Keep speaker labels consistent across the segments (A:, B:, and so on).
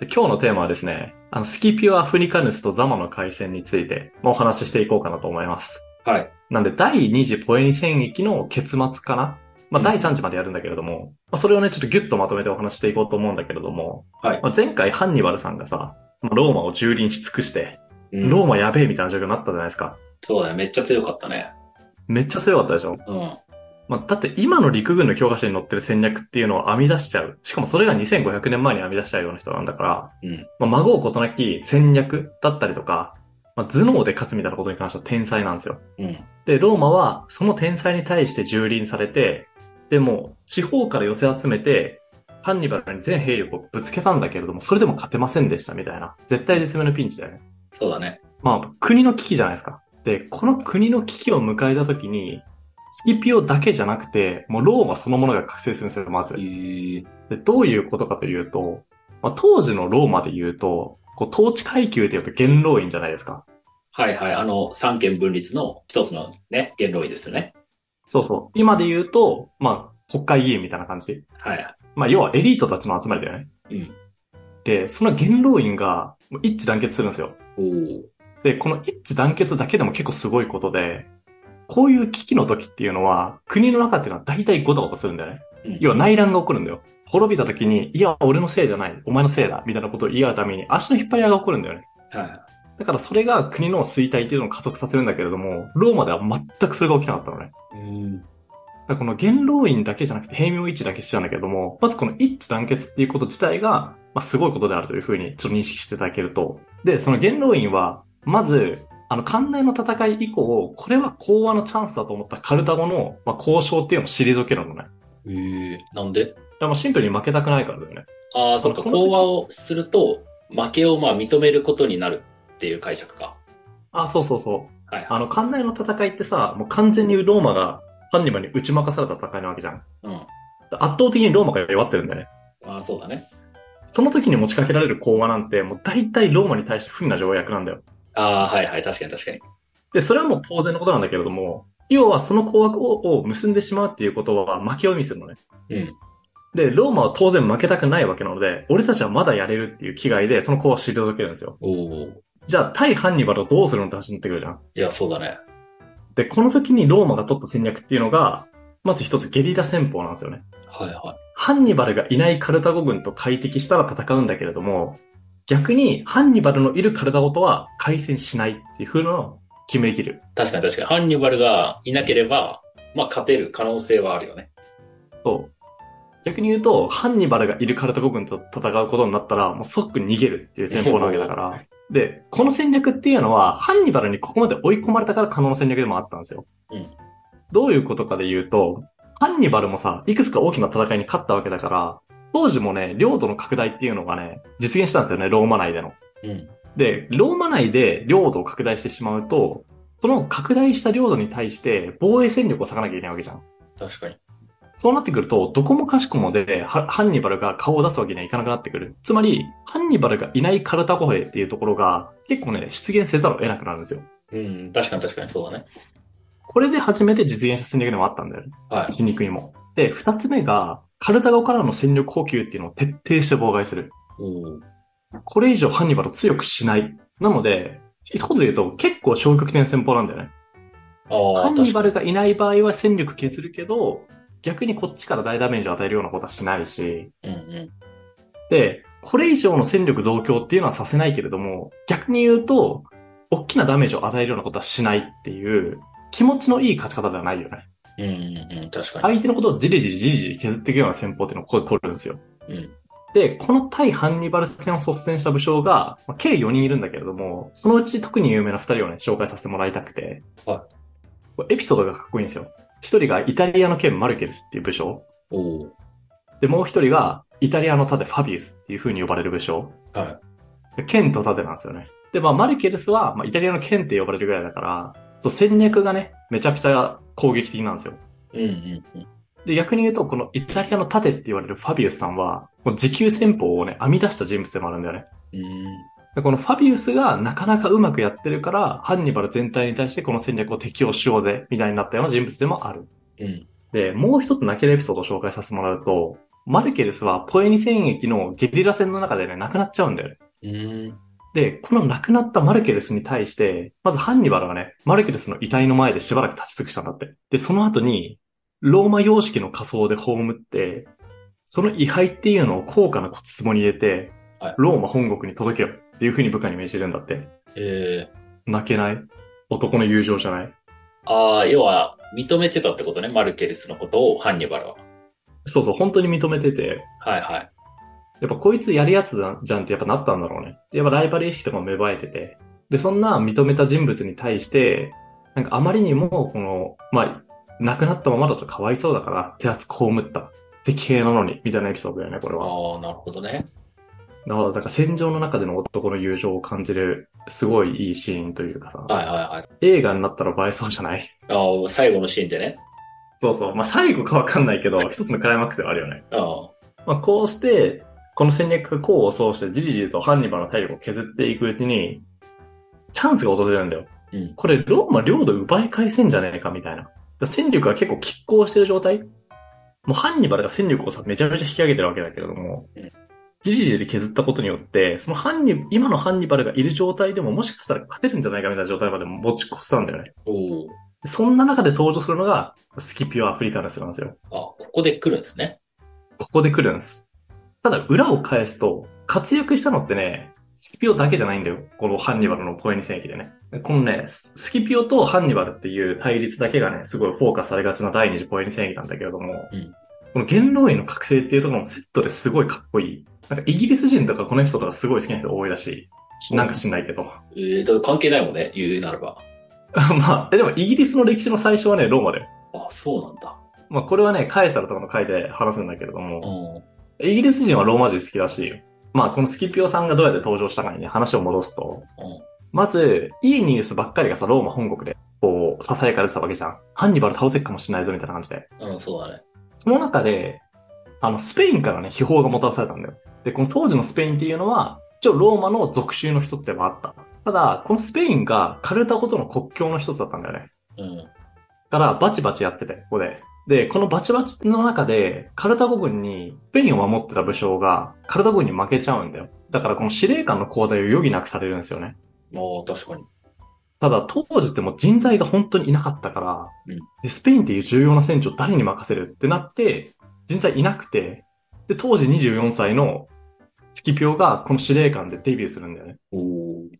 A: で今日のテーマはですね、あの、スキピオアフリカヌスとザマの海戦について、まあ、お話ししていこうかなと思います。
B: はい。
A: なんで、第2次ポエニ戦役の結末かなまあ、
B: うん
A: 第3次までやるんだけれども、まあ、それをね、ちょっとギュッとまとめてお話ししていこうと思うんだけれども、
B: はい
A: まあ、前回ハンニバルさんがさ、まあローマを蹂躙し尽くして、
B: うん
A: ローマやべえみたいな状況になったじゃないですか。
B: そうだね。めっちゃ強かったね。
A: めっちゃ強かったでしょ
B: うん。
A: まあ、だって今の陸軍の教科書に載ってる戦略っていうのを編み出しちゃう。しかもそれが2500年前に編み出したような人なんだから、
B: うん。
A: まあ、孫をことなき戦略だったりとか、まあ、頭脳で勝つみたいなことに関しては天才なんですよ。
B: うん。
A: で、ローマはその天才に対して蹂躙されて、でも地方から寄せ集めて、ハンニバルに全兵力をぶつけたんだけれども、それでも勝てませんでしたみたいな。絶対絶命のピンチだよね。
B: そうだね。
A: まあ、国の危機じゃないですか。で、この国の危機を迎えたときに、スキピオだけじゃなくて、もうローマそのものが覚醒するんですよ、まず
B: え。ー、
A: で、どういうことかというと、まあ、当時のローマで言うと、こう、統治階級で言うと元老院じゃないですか。
B: はいはい。あの、三権分立の一つのね、元老院ですね。
A: そうそう。今で言うと、まあ、国会議員みたいな感じ。
B: はい。
A: まあ、要はエリートたちの集まりだよね。
B: うん。
A: で、その元老院がもう一致団結するんですよ。
B: おー
A: で、この一致団結だけでも結構すごいことで、こういう危機の時っていうのは、国の中っていうのは大体ゴタゴタするんだよね。
B: うん
A: 要は内乱が起こるんだよ。滅びた時に、いや、俺のせいじゃない、お前のせいだ、みたいなことを言い合うために足の引っ張り合いが起こるんだよね。
B: は
A: だからそれが国の衰退っていうのを加速させるんだけれども、ローマでは全くそれが起きなかったのね。
B: い。うん。
A: だからこの元老院だけじゃなくて平民を一致だけしちゃうんだけれども、まずこの一致団結っていうこと自体が、まあ、すごいことであるというふうにちょっと認識していただけると。で、その元老院は、まず、あの、関内の戦い以降、これは講和のチャンスだと思ったカルタゴの、まあ、交渉っていうのを退けるのね。
B: えー、なんで
A: いやもうシンプルに負けたくないからだよね。
B: ああ、そっか。
A: この時
B: 講和をすると、負けをまあ認めることになるっていう解釈か。
A: あ、そうそうそう。
B: はいは
A: あの、関内の戦いってさ、もう完全にローマが、ハンニバルに打ち負かされた戦いなわけじゃん。
B: い。うん。
A: 圧倒的にローマが弱ってるんだよね。
B: ああ、そうだね。
A: その時に持ちかけられる講和なんて、もう大体ローマに対して不利な条約なんだよ。
B: ああ、はいはい。確かに確かに。
A: で、それはもう当然のことなんだけれども、要はその公約を結んでしまうっていうことは負けを意味するのね。
B: うん。
A: で、ローマは当然負けたくないわけなので、俺たちはまだやれるっていう気概で、その公約を知り届けるんですよ。
B: おお。
A: じゃあ、対ハンニバルをどうするのって話になってくるじゃん。
B: いや、そうだね。
A: で、この時にローマが取った戦略っていうのが、まず一つゲリラ戦法なんですよね。
B: はいは
A: ハンニバルがいないカルタゴ軍と快敵したら戦うんだけれども、逆にハンニバルのいるカルタゴとは開戦しないっていう風なのを決めきる。
B: い。確かに確かに。ハンニバルがいなければ、まあ勝てる可能性はあるよね。
A: そう。逆に言うと、ハンニバルがいるカルタゴ軍と戦うことになったら、もう即逃げるっていう戦法なわけだか
B: は
A: ら
B: い。
A: で、この戦略っていうのは、ハンニバルにここまで追い込まれたから可能な戦略でもあったんですよ。
B: うん
A: どういうことかで言うと、ハンニバルもさ、いくつか大きな戦いに勝ったわけだから、当時もね、領土の拡大っていうのがね、実現したんですよね、ローマ内での。
B: うん。
A: で、ローマ内で領土を拡大してしまうと、その拡大した領土に対して防衛戦力を割かなきゃいけないわけじゃん。
B: 確かに。
A: そうなってくると、どこもかしこもで、はハンニバルが顔を出すわけにはいかなくなってくる。つまり、ハンニバルがいないカルタゴ兵っていうところが、結構ね、出現せざるを得なくなるんですよ。
B: うん。確かに確かにそうだね。
A: これで初めて実現した戦略でもあったんだよね。
B: はい。
A: 皮肉にも。で、二つ目が、カルタゴからの戦力補給っていうのを徹底して妨害する。
B: おお。
A: これ以上ハンニバルを強くしない。なので、一言で言うと、結構消極点戦法なんだよね。
B: ああ、
A: ハンニバル
B: 確
A: がいない場合は戦力削るけど、逆にこっちから大ダメージを与えるようなことはしないし、
B: かに。うんうん。
A: で、これ以上の戦力増強っていうのはさせないけれども、逆に言うと、大きなダメージを与えるようなことはしないっていう、気持ちのいい勝ち方ではないよね。
B: うんうんうん。確かに。
A: 相手のことをじりじりじりじり削っていくような戦法っていうのをこう取るんですよ。
B: うん。
A: で、この対ハンニバル戦を率先した武将が、まあ計4人いるんだけれども、そのうち特に有名な2人をね、紹介させてもらいたくて、
B: は
A: これエピソードがかっこいいんですよ。1人がイタリアの剣マルケルスっていう武将。
B: おお。
A: で、もう1人がイタリアの盾ファビウスっていう風に呼ばれる武将。
B: は
A: 剣と盾なんですよね。で、まあ、マルケルスは、まあ、イタリアの剣って呼ばれるぐらいだから、そう、戦略がね、めちゃくちゃ攻撃的なんですよ。
B: い。うんうんうん。
A: で、逆に言うと、このイタリアの盾って言われるファビウスさんは、この持久戦法をね、編み出した人物でもあるんだよね。
B: うん。
A: でこのファビウスがなかなかうまくやってるから、ハンニバル全体に対してこの戦略を適用しようぜ、みたいになったような人物でもある。
B: うん。
A: で、もう一つ泣けるエピソードを紹介させてもらうと、マルケレスはポエニ戦役のゲリラ戦の中でね、亡くなっちゃうんだよね。
B: うん。
A: で、この亡くなったマルケレスに対して、まずハンニバルがね、マルケレスの遺体の前でしばらく立ち尽くしたんだって。で、その後に、ローマ様式の仮装で葬って、その遺灰っていうのを高価な骨壺に入れて
B: はい、
A: ローマ本国に届けよっていう風に部下に命じるんだって。
B: え
A: 泣けない男の友情じゃない
B: ー、ああ、要は、認めてたってことね、マルケレスのことを、ハンニバルは。
A: そうそう、本当に認めてて、
B: はいはい。
A: やっぱこいつやるやつじゃんってやっぱなったんだろうね。やっぱライバル意識とかも芽生えてて。で、そんな認めた人物に対して、なんかあまりにも、この、まあ、亡くなったままだとかわいそうだから、手厚く葬った。敵兵なのに、みたいなエピソードだよね、これは。
B: ああ、なるほどね。
A: だから、なんか戦場の中での男の友情を感じる、すごいいいシーンというかさ、
B: はいはいはい。
A: 映画になったら映えそうじゃない
B: ああ、最後のシーンでね。
A: そうそう。まあ、最後かわかんないけど、一つのクライマックスではあるよね。
B: ああ、
A: まあ、こうして、この戦略が功を奏して、じりじりとハンニバルの体力を削っていくうちに、チャンスが訪れるんだよ。
B: うん
A: これ、ローマ領土奪い返せんじゃねえか、みたいな。だから戦力が結構拮抗してる状態もうハンニバルが戦力をさ、めちゃめちゃ引き上げてるわけだけれども
B: うん、
A: じりじり削ったことによって、そのハンニ、今のハンニバルがいる状態でももしかしたら勝てるんじゃないかみたいな状態まで持ち越したんだよね。
B: おお。
A: そんな中で登場するのが、スキピオ・アフリカヌスなんですよ。
B: あ、ここで来るんですね。
A: ここで来るんです。ただ、裏を返すと、活躍したのってね、スキピオだけじゃないんだよ。このハンニバルのポエニ戦役でね。このね、ススキピオとハンニバルっていう対立だけがね、すごいフォーカスされがちな第二次ポエニ戦役なんだけれども、
B: うん
A: この元老院の覚醒っていうところもセットですごいかっこいい。なんかイギリス人とかこの人とかすごい好きな人多いらしい。なんか知んないけど。
B: えー、だから関係ないもんね、言うならば。
A: まあ、えでもイギリスの歴史の最初はね、ローマで。
B: あ、そうなんだ。
A: まあこれはね、カエサルとかの回で話すんだけれども、
B: うん。
A: イギリス人はローマ人好きらしいよ。まあ、このスキピオさんがどうやって登場したかにね、話を戻すと、
B: うん
A: まず、いいニュースばっかりがさ、ローマ本国で、こう、囁かれてたわけじゃん。ハンニバル倒せっかもしれないぞ、みたいな感じで。
B: うん、そうだね。
A: その中で、あの、スペインからね、秘宝がもたらされたんだよ。で、この当時のスペインっていうのは、一応ローマの属州の一つでもあった。ただ、このスペインがカルタゴとの国境の一つだったんだよね。
B: うん。
A: からバチバチやってて、ここで。で、このバチバチの中で、カルタゴ軍に、スペインを守ってた武将が、カルタゴ軍に負けちゃうんだよ。だからこの司令官の交代を余儀なくされるんですよね。
B: もう、確かに。
A: ただ、当時ってもう人材が本当にいなかったから、
B: うん
A: で、スペインっていう重要な戦地を誰に任せるってなって、人材いなくて、で、当時24歳のスキピオがこの司令官でデビューするんだよね。
B: おお。うん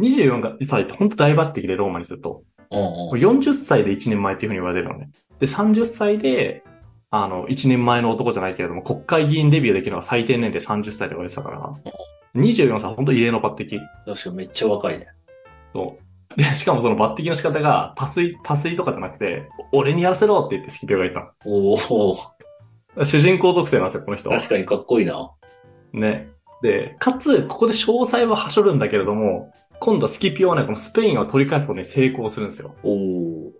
A: 24歳って本当大抜擢でローマにすると。
B: うん。
A: 40歳で一人前っていうふうに言われるのね。で、30歳で、あの、一人前の男じゃないけれども、国会議員デビューできるのは最低年齢30歳で言われてたから、24歳は本当異例の抜擢。
B: 確かにめっちゃ若いね。
A: そう。で、しかもその抜擢の仕方が、多水、多水とかじゃなくて、俺にやらせろって言ってスキピオが言った
B: おお。
A: の。主人公属性なんですよ、この人は。
B: 確かにかっこいいな。
A: ね。で、かつ、ここで詳細ははしょるんだけれども、今度はスキピオはね、このスペインを取り返すことに成功するんですよ。
B: おお。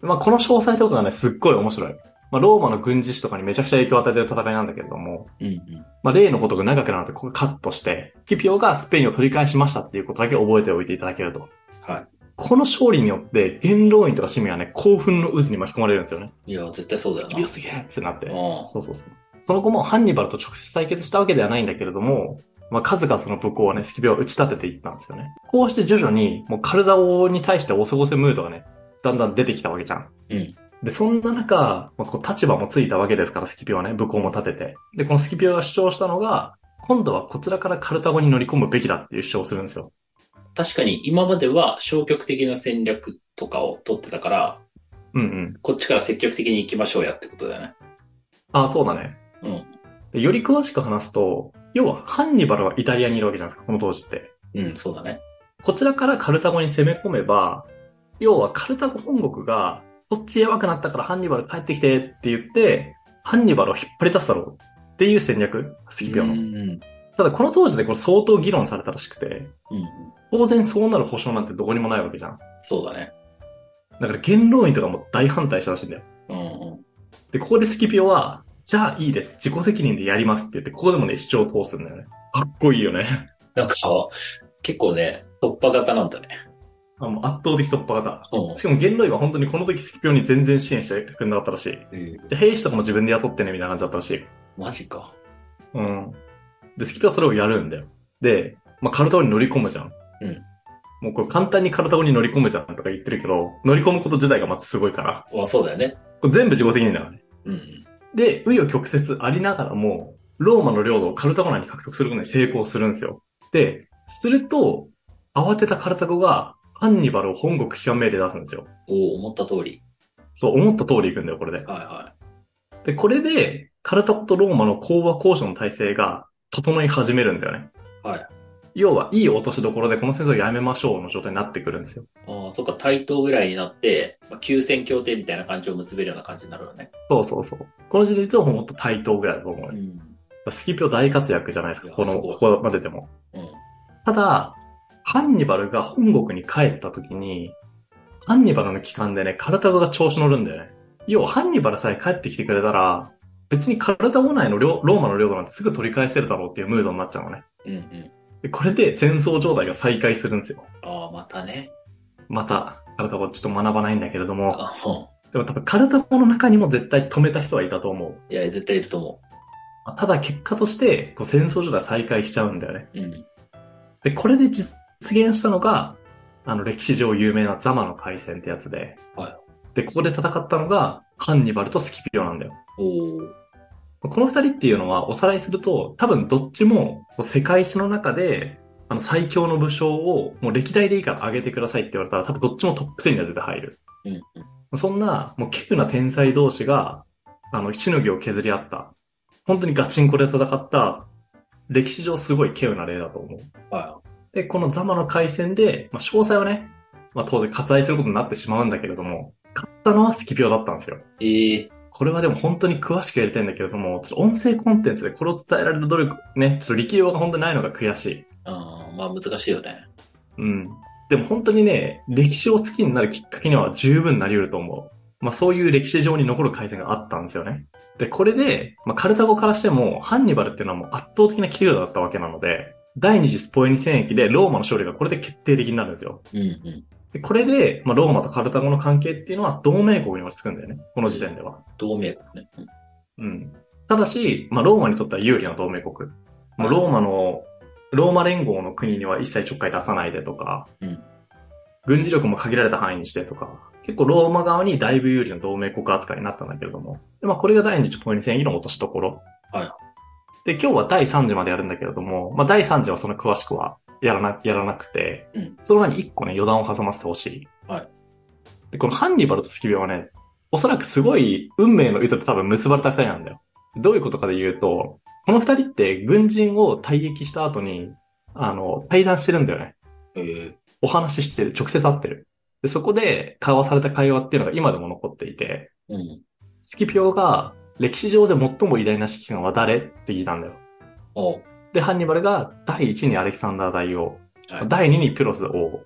A: まあ、この詳細とかがね、すっごい面白い。まあ、ローマの軍事史とかにめちゃくちゃ影響を与えてる戦いなんだけれども、
B: うんうん。
A: まあ、例のことが長くなるので、ここカットして、スキピオがスペインを取り返しましたっていうことだけ覚えておいていただけると。
B: は
A: この勝利によって、元老院とか市民はね、興奮の渦に巻き込まれるんですよね。
B: い。いや、絶対そうだ
A: スキピオ
B: よ
A: すげえってなって。
B: な。
A: そうそうそう。その後もハンニバルと直接対決したわけではないんだけれども、まあ、数々の武功はね、スキピオは打ち立てていったんですよね。こうして徐々に、もう体に対しておそごせムードがね、だんだん出てきたわけじゃん。
B: うん。
A: で、そんな中、まあ、こう立場もついたわけですから、スキピオはね、武功も立てて。で、このスキピオが主張したのが、今度はこちらからカルタゴに乗り込むべきだっていう主張をするんですよ。
B: うん。確かに今までは消極的な戦略とかを取ってたから、
A: うんうん。
B: こっちから積極的に行きましょうやってことだよね。
A: ああ、そうだね。
B: うん
A: で。より詳しく話すと、要は、ハンニバルはイタリアにいるわけじゃないですか、この当時って。
B: うん、そうだね。
A: こちらからカルタゴに攻め込めば、要はカルタゴ本国が、こっち弱くなったからハンニバル帰ってきてって言って、ハンニバルを引っ張り出すだろうっていう戦略、スキピオ
B: う
A: の。
B: んうん。
A: ただこの当時でこれ相当議論されたらしくて、
B: うんうん。
A: 当然そうなる保証なんてどこにもないわけじゃん。
B: そうだね。
A: だから元老院とかも大反対したらしいんだよ。
B: うんうん。
A: で、ここでスキピオは、じゃあいいです。自己責任でやりますって言って、ここでもね、主張を通すんだよね。かっこいいよね。
B: なんか、結構ね、突破型なんだね。
A: あもう圧倒的突破型。
B: うん
A: しかも元老院は本当にこの時スキピオに全然支援してくれなかったらしい。
B: うん。
A: じゃあ兵士とかも自分で雇ってね、みたいな感じだったらしい。
B: マジか。
A: うん。で、スキルはそれをやるんだよ。で、まあ、カルタゴに乗り込むじゃん。
B: うん。
A: もうこれ簡単にカルタゴに乗り込むじゃんとか言ってるけど、乗り込むこと自体がまずすごいから。
B: まあそうだよね。
A: これ全部自己責任だからね。
B: うん。
A: で、紆余曲折ありながらも、ローマの領土をカルタゴ内に獲得することに成功するんですよ。で、すると、慌てたカルタゴが、ハンニバルを本国批判命令出すんですよ。
B: おお、思った通り。
A: そう、思った通り行くんだよ、これで。
B: はいは
A: で、これで、カルタゴとローマの講和交渉の体制が整い始めるんだよね。
B: い。はい。
A: 要は、いい落としどころでこの戦争をやめましょうの状態になってくるんですよ。
B: ああ、そっか、対等ぐらいになって、まあ、休戦協定みたいな感じを結べるような感じになるよね。
A: そうそうそう。この時点でいつももっと対等ぐらいだと思うよ。だか
B: ん。
A: らスキピオ大活躍じゃないですか、
B: いや
A: この、
B: すごい
A: ここまででも。
B: うん。
A: ただ、ハンニバルが本国に帰った時に、ハンニバルの帰還でね、カルタゴが調子乗るんだよね。要は、ハンニバルさえ帰ってきてくれたら、別にカルタゴ内の領ローマの領土なんてすぐ取り返せるだろうっていうムードになっちゃうのね。
B: うんうん。
A: でこれで戦争状態が再開するんですよ。
B: ああ、またね。
A: また、カルタゴちょっと学ばないんだけれども、
B: あほ
A: でも多分カルタゴの中にも絶対止めた人はいたと思う。
B: ん。いや、絶対いると思
A: まあただ結果として、こう戦争状態再開しちゃうんだよね。
B: う。うん。
A: で、これで実現したのが、あの歴史上有名なザマの海戦ってやつで。
B: はい
A: で、ここで戦ったのが、ハンニバルとスキピオなんだよ。
B: おお。
A: この二人っていうのはおさらいすると、多分どっちもこう世界史の中で、あの最強の武将をもう歴代でいいから上げてくださいって言われたら、多分どっちもトップ10には絶対入る。
B: うんうん。
A: そんな、もう稀有な天才同士が、あの、しのぎを削り合った。本当にガチンコで戦った、歴史上すごい稀有な例だと思う。
B: は
A: で、このザマの回戦で、まあ、詳細はね、まあ、当然割愛することになってしまうんだけれども、勝ったのはスキピオだったんですよ。
B: い。ええ
A: これはでも本当に詳しくやりたいんだけれども、ちょっと音声コンテンツでこれを伝えられる努力、ね、ちょっと力量が本当にないのが悔しい。
B: ああ、まあ難しいよね。
A: うん。でも本当にね、歴史を好きになるきっかけには十分なり得ると思う。まあそういう歴史上に残る改戦があったんですよね。で、これで、まあカルタゴからしても、ハンニバルっていうのはもう圧倒的な企業だったわけなので、第二次スポエニ戦役でローマの勝利がこれで決定的になるんですよ。
B: うんうん。
A: で、これで、まあローマとカルタゴの関係っていうのは同盟国に落ち着くんだよね。この時点では。
B: 同盟国ね。うん
A: うん。ただし、まあ、ローマにとっては有利な同盟国。もうローマの、ローマ連合の国には一切ちょっかい出さないでとか、
B: うん
A: 軍事力も限られた範囲にしてとか、結構ローマ側にだいぶ有利な同盟国扱いになったんだけれども、でまあ、これが第二次ポエニ戦議の落としどころ。
B: はい
A: で、今日は第3次までやるんだけれども、まあ、第3次はそんな詳しくはやらな、やらなくて、
B: うん
A: その前に1個ね、余談を挟ませてほしい。
B: はい
A: で、このハンニバルとスキビオはね、おそらくすごい運命の糸で多分結ばれた二人なんだよ。どういうことかで言うと、この二人って軍人を退役した後に、あの、対談してるんだよね。
B: ええ
A: お話ししてる。直接会ってる。で、そこで交わされた会話っていうのが今でも残っていて、
B: うん。
A: スキピオが歴史上で最も偉大な指揮官は誰って聞いたんだよ。
B: おう
A: で、ハンニバルが第1にアレキサンダー大王、
B: はい
A: 第2にピロス王。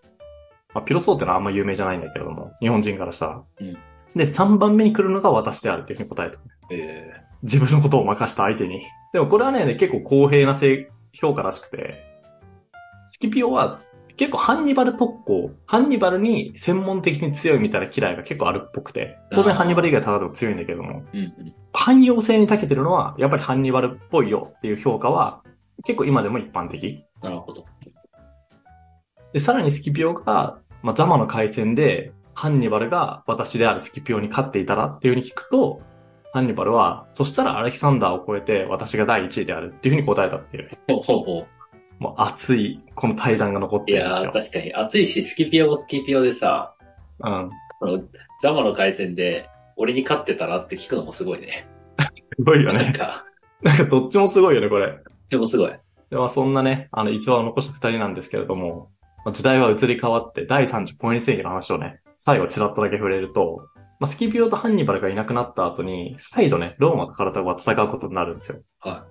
A: まあ、ピロス王ってのはあんま有名じゃないんだけれども、日本人からしたら。
B: うん
A: で、3番目に来るのが私であるっていうふうに答えた。
B: ええ
A: 自分のことを任した相手に。でもこれはね、結構公平なせい評価らしくて、スキピオは結構ハンニバル特攻、ハンニバルに専門的に強いみたいな嫌いが結構あるっぽくて、当然
B: あー
A: ハンニバル以外ただでも強いんだけども、
B: うんうん。
A: 汎用性に長けてるのはやっぱりハンニバルっぽいよっていう評価は結構今でも一般的。
B: なるほど。
A: で、さらにスキピオが、まあ、ザマの回戦で、ハンニバルが私であるスキピオに勝っていたらっていうふうに聞くと、ハンニバルは、そしたらアレキサンダーを超えて私が第1位であるっていうふうに答えたっていう、
B: ほうほうほ
A: もう熱い、この対談が残っ
B: う。い
A: てるん
B: や
A: です
B: ー、
A: よ。
B: 確かに。暑いし、スキピオもスキピオでさ、
A: うん。
B: このザマの回戦で、俺に勝ってたらって聞くのもすごいね。
A: すごいよ
B: なん
A: ね。
B: か、
A: なんかどっちもすごいよね、これ。
B: でもすごい。
A: でまあ、そんなね、あの、逸話を残した二人なんですけれども、まあ時代は移り変わって、第3次ポエニ戦議の話をね、最後ちらっとだけ触れると、まあ、スキピオとハンニバルがいなくなった後に、再度ね、ローマとカルタゴは戦うことになるんですよ。
B: は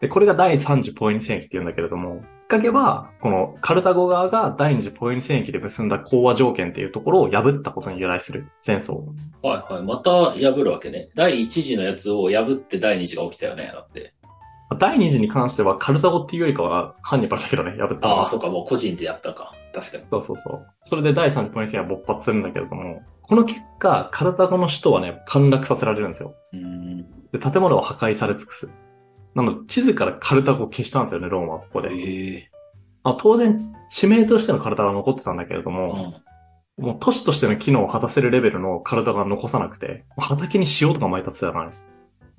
A: で、これが第3次ポエニ戦役って言うんだけれども、きっかけは、このカルタゴ側が第2次ポエニ戦役で結んだ講和条件っていうところを破ったことに由来する戦争。
B: い。はいはい。また破るわけね。第一次のやつを破って第二次が起きたよね。だって。
A: 第2次に関してはカルタゴっていうよりかはハンニバルだけどね、破ったの
B: ああ、
A: は。
B: そうか。もう個人でやったか。確かに。
A: そうそうそう。それで第3次ポエニ戦役は勃発するんだけれども、この結果、カルタゴの首都はね、陥落させられるんですよ。
B: うーん。
A: で、建物は破壊され尽くす。なので、地図からカルタゴを消したんですよね、ローマはここで。
B: え
A: あ当然、地名としてのカルタゴは残ってたんだけれど
B: えう
A: も、
B: ん。
A: もう都市としての機能を果たせるレベルのカルタゴは残さなくて、もう畑に塩とか撒いたってたからね。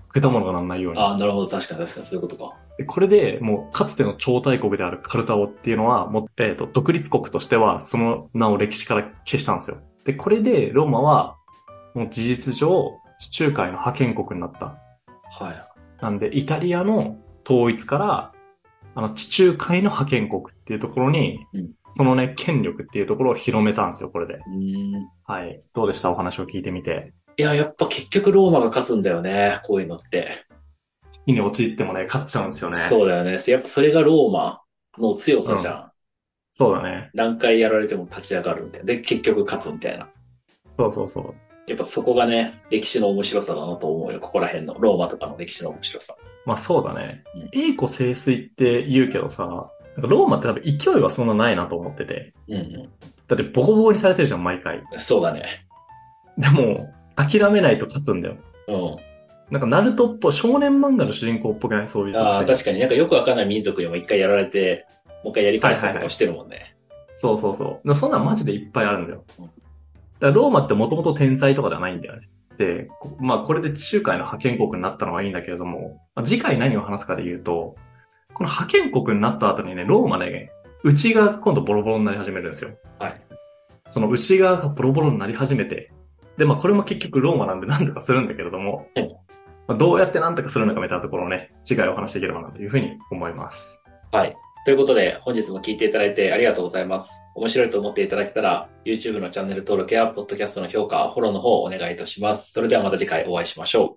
A: 果物がなんないように。
B: ああ、なるほど。確かに確かに。そういうことか。
A: でこれで、もう、かつての超大国であるカルタゴっていうのは、もう、えっ、と、独立国としては、その名を歴史から消したんですよ。で、これで、ローマは、もう事実上、地中海の派遣国になった。
B: はい。
A: なんで、イタリアの統一から、あの、地中海の派遣国っていうところに、
B: うん
A: そのね、権力っていうところを広めたんですよ、これで。
B: うーん。
A: はい。どうでしたお話を聞いてみて。
B: いや、やっぱ結局ローマが勝つんだよね。こういうのって。
A: 火に陥ってもね、勝っちゃうんですよね。う。
B: そうだよね。やっぱそれがローマの強さじゃん。
A: そうだね。
B: 何回やられても立ち上がるみたいな。で、結局勝つみたいな。
A: そうそうそう。
B: やっぱそこがね、歴史の面白さだなと思うよ。ここら辺の。ローマとかの歴史の面白さ。
A: まあそうだね
B: うん。
A: 栄枯盛衰って言うけどさ、なんかローマって多分勢いはそんなないなと思ってて。
B: うんう
A: だってボコボコにされてるじゃん、毎回。
B: ん。そうだね。
A: でも、諦めないと勝つんだよ。
B: うん。
A: なんかナルトっぽい、少年漫画の主人公っぽくないそういう
B: ああ、
A: 特性
B: 確かになんかよくわかんない民族にも一回やられて、もう一回やり返したりとかしてるもんね。
A: そうそうそう。だからそんなんマジでいっぱいあるんだよ。
B: う
A: だ
B: ん
A: からローマってもともと天才とかではないんだよね。で、こまあこれで地中海の派遣国になったのはいいんだけれども、まあ次回何を話すかで言うと、この派遣国になった後にね、ローマね、内側が今度ボロボロになり始めるんですよ。
B: はい。
A: その内側がボロボロになり始めて、で、まあこれも結局ローマなんで何とかするんだけれども、
B: うん
A: まあ、どうやって何とかするのかみたいなところをね、次回お話しできればなというふうに思います。
B: はい。ということで、本日も聞いていただいてありがとうございます。面白いと思っていただけたら、YouTube のチャンネル登録や、Podcast の評価、フォローの方をお願いいたします。それではまた次回お会いしましょう。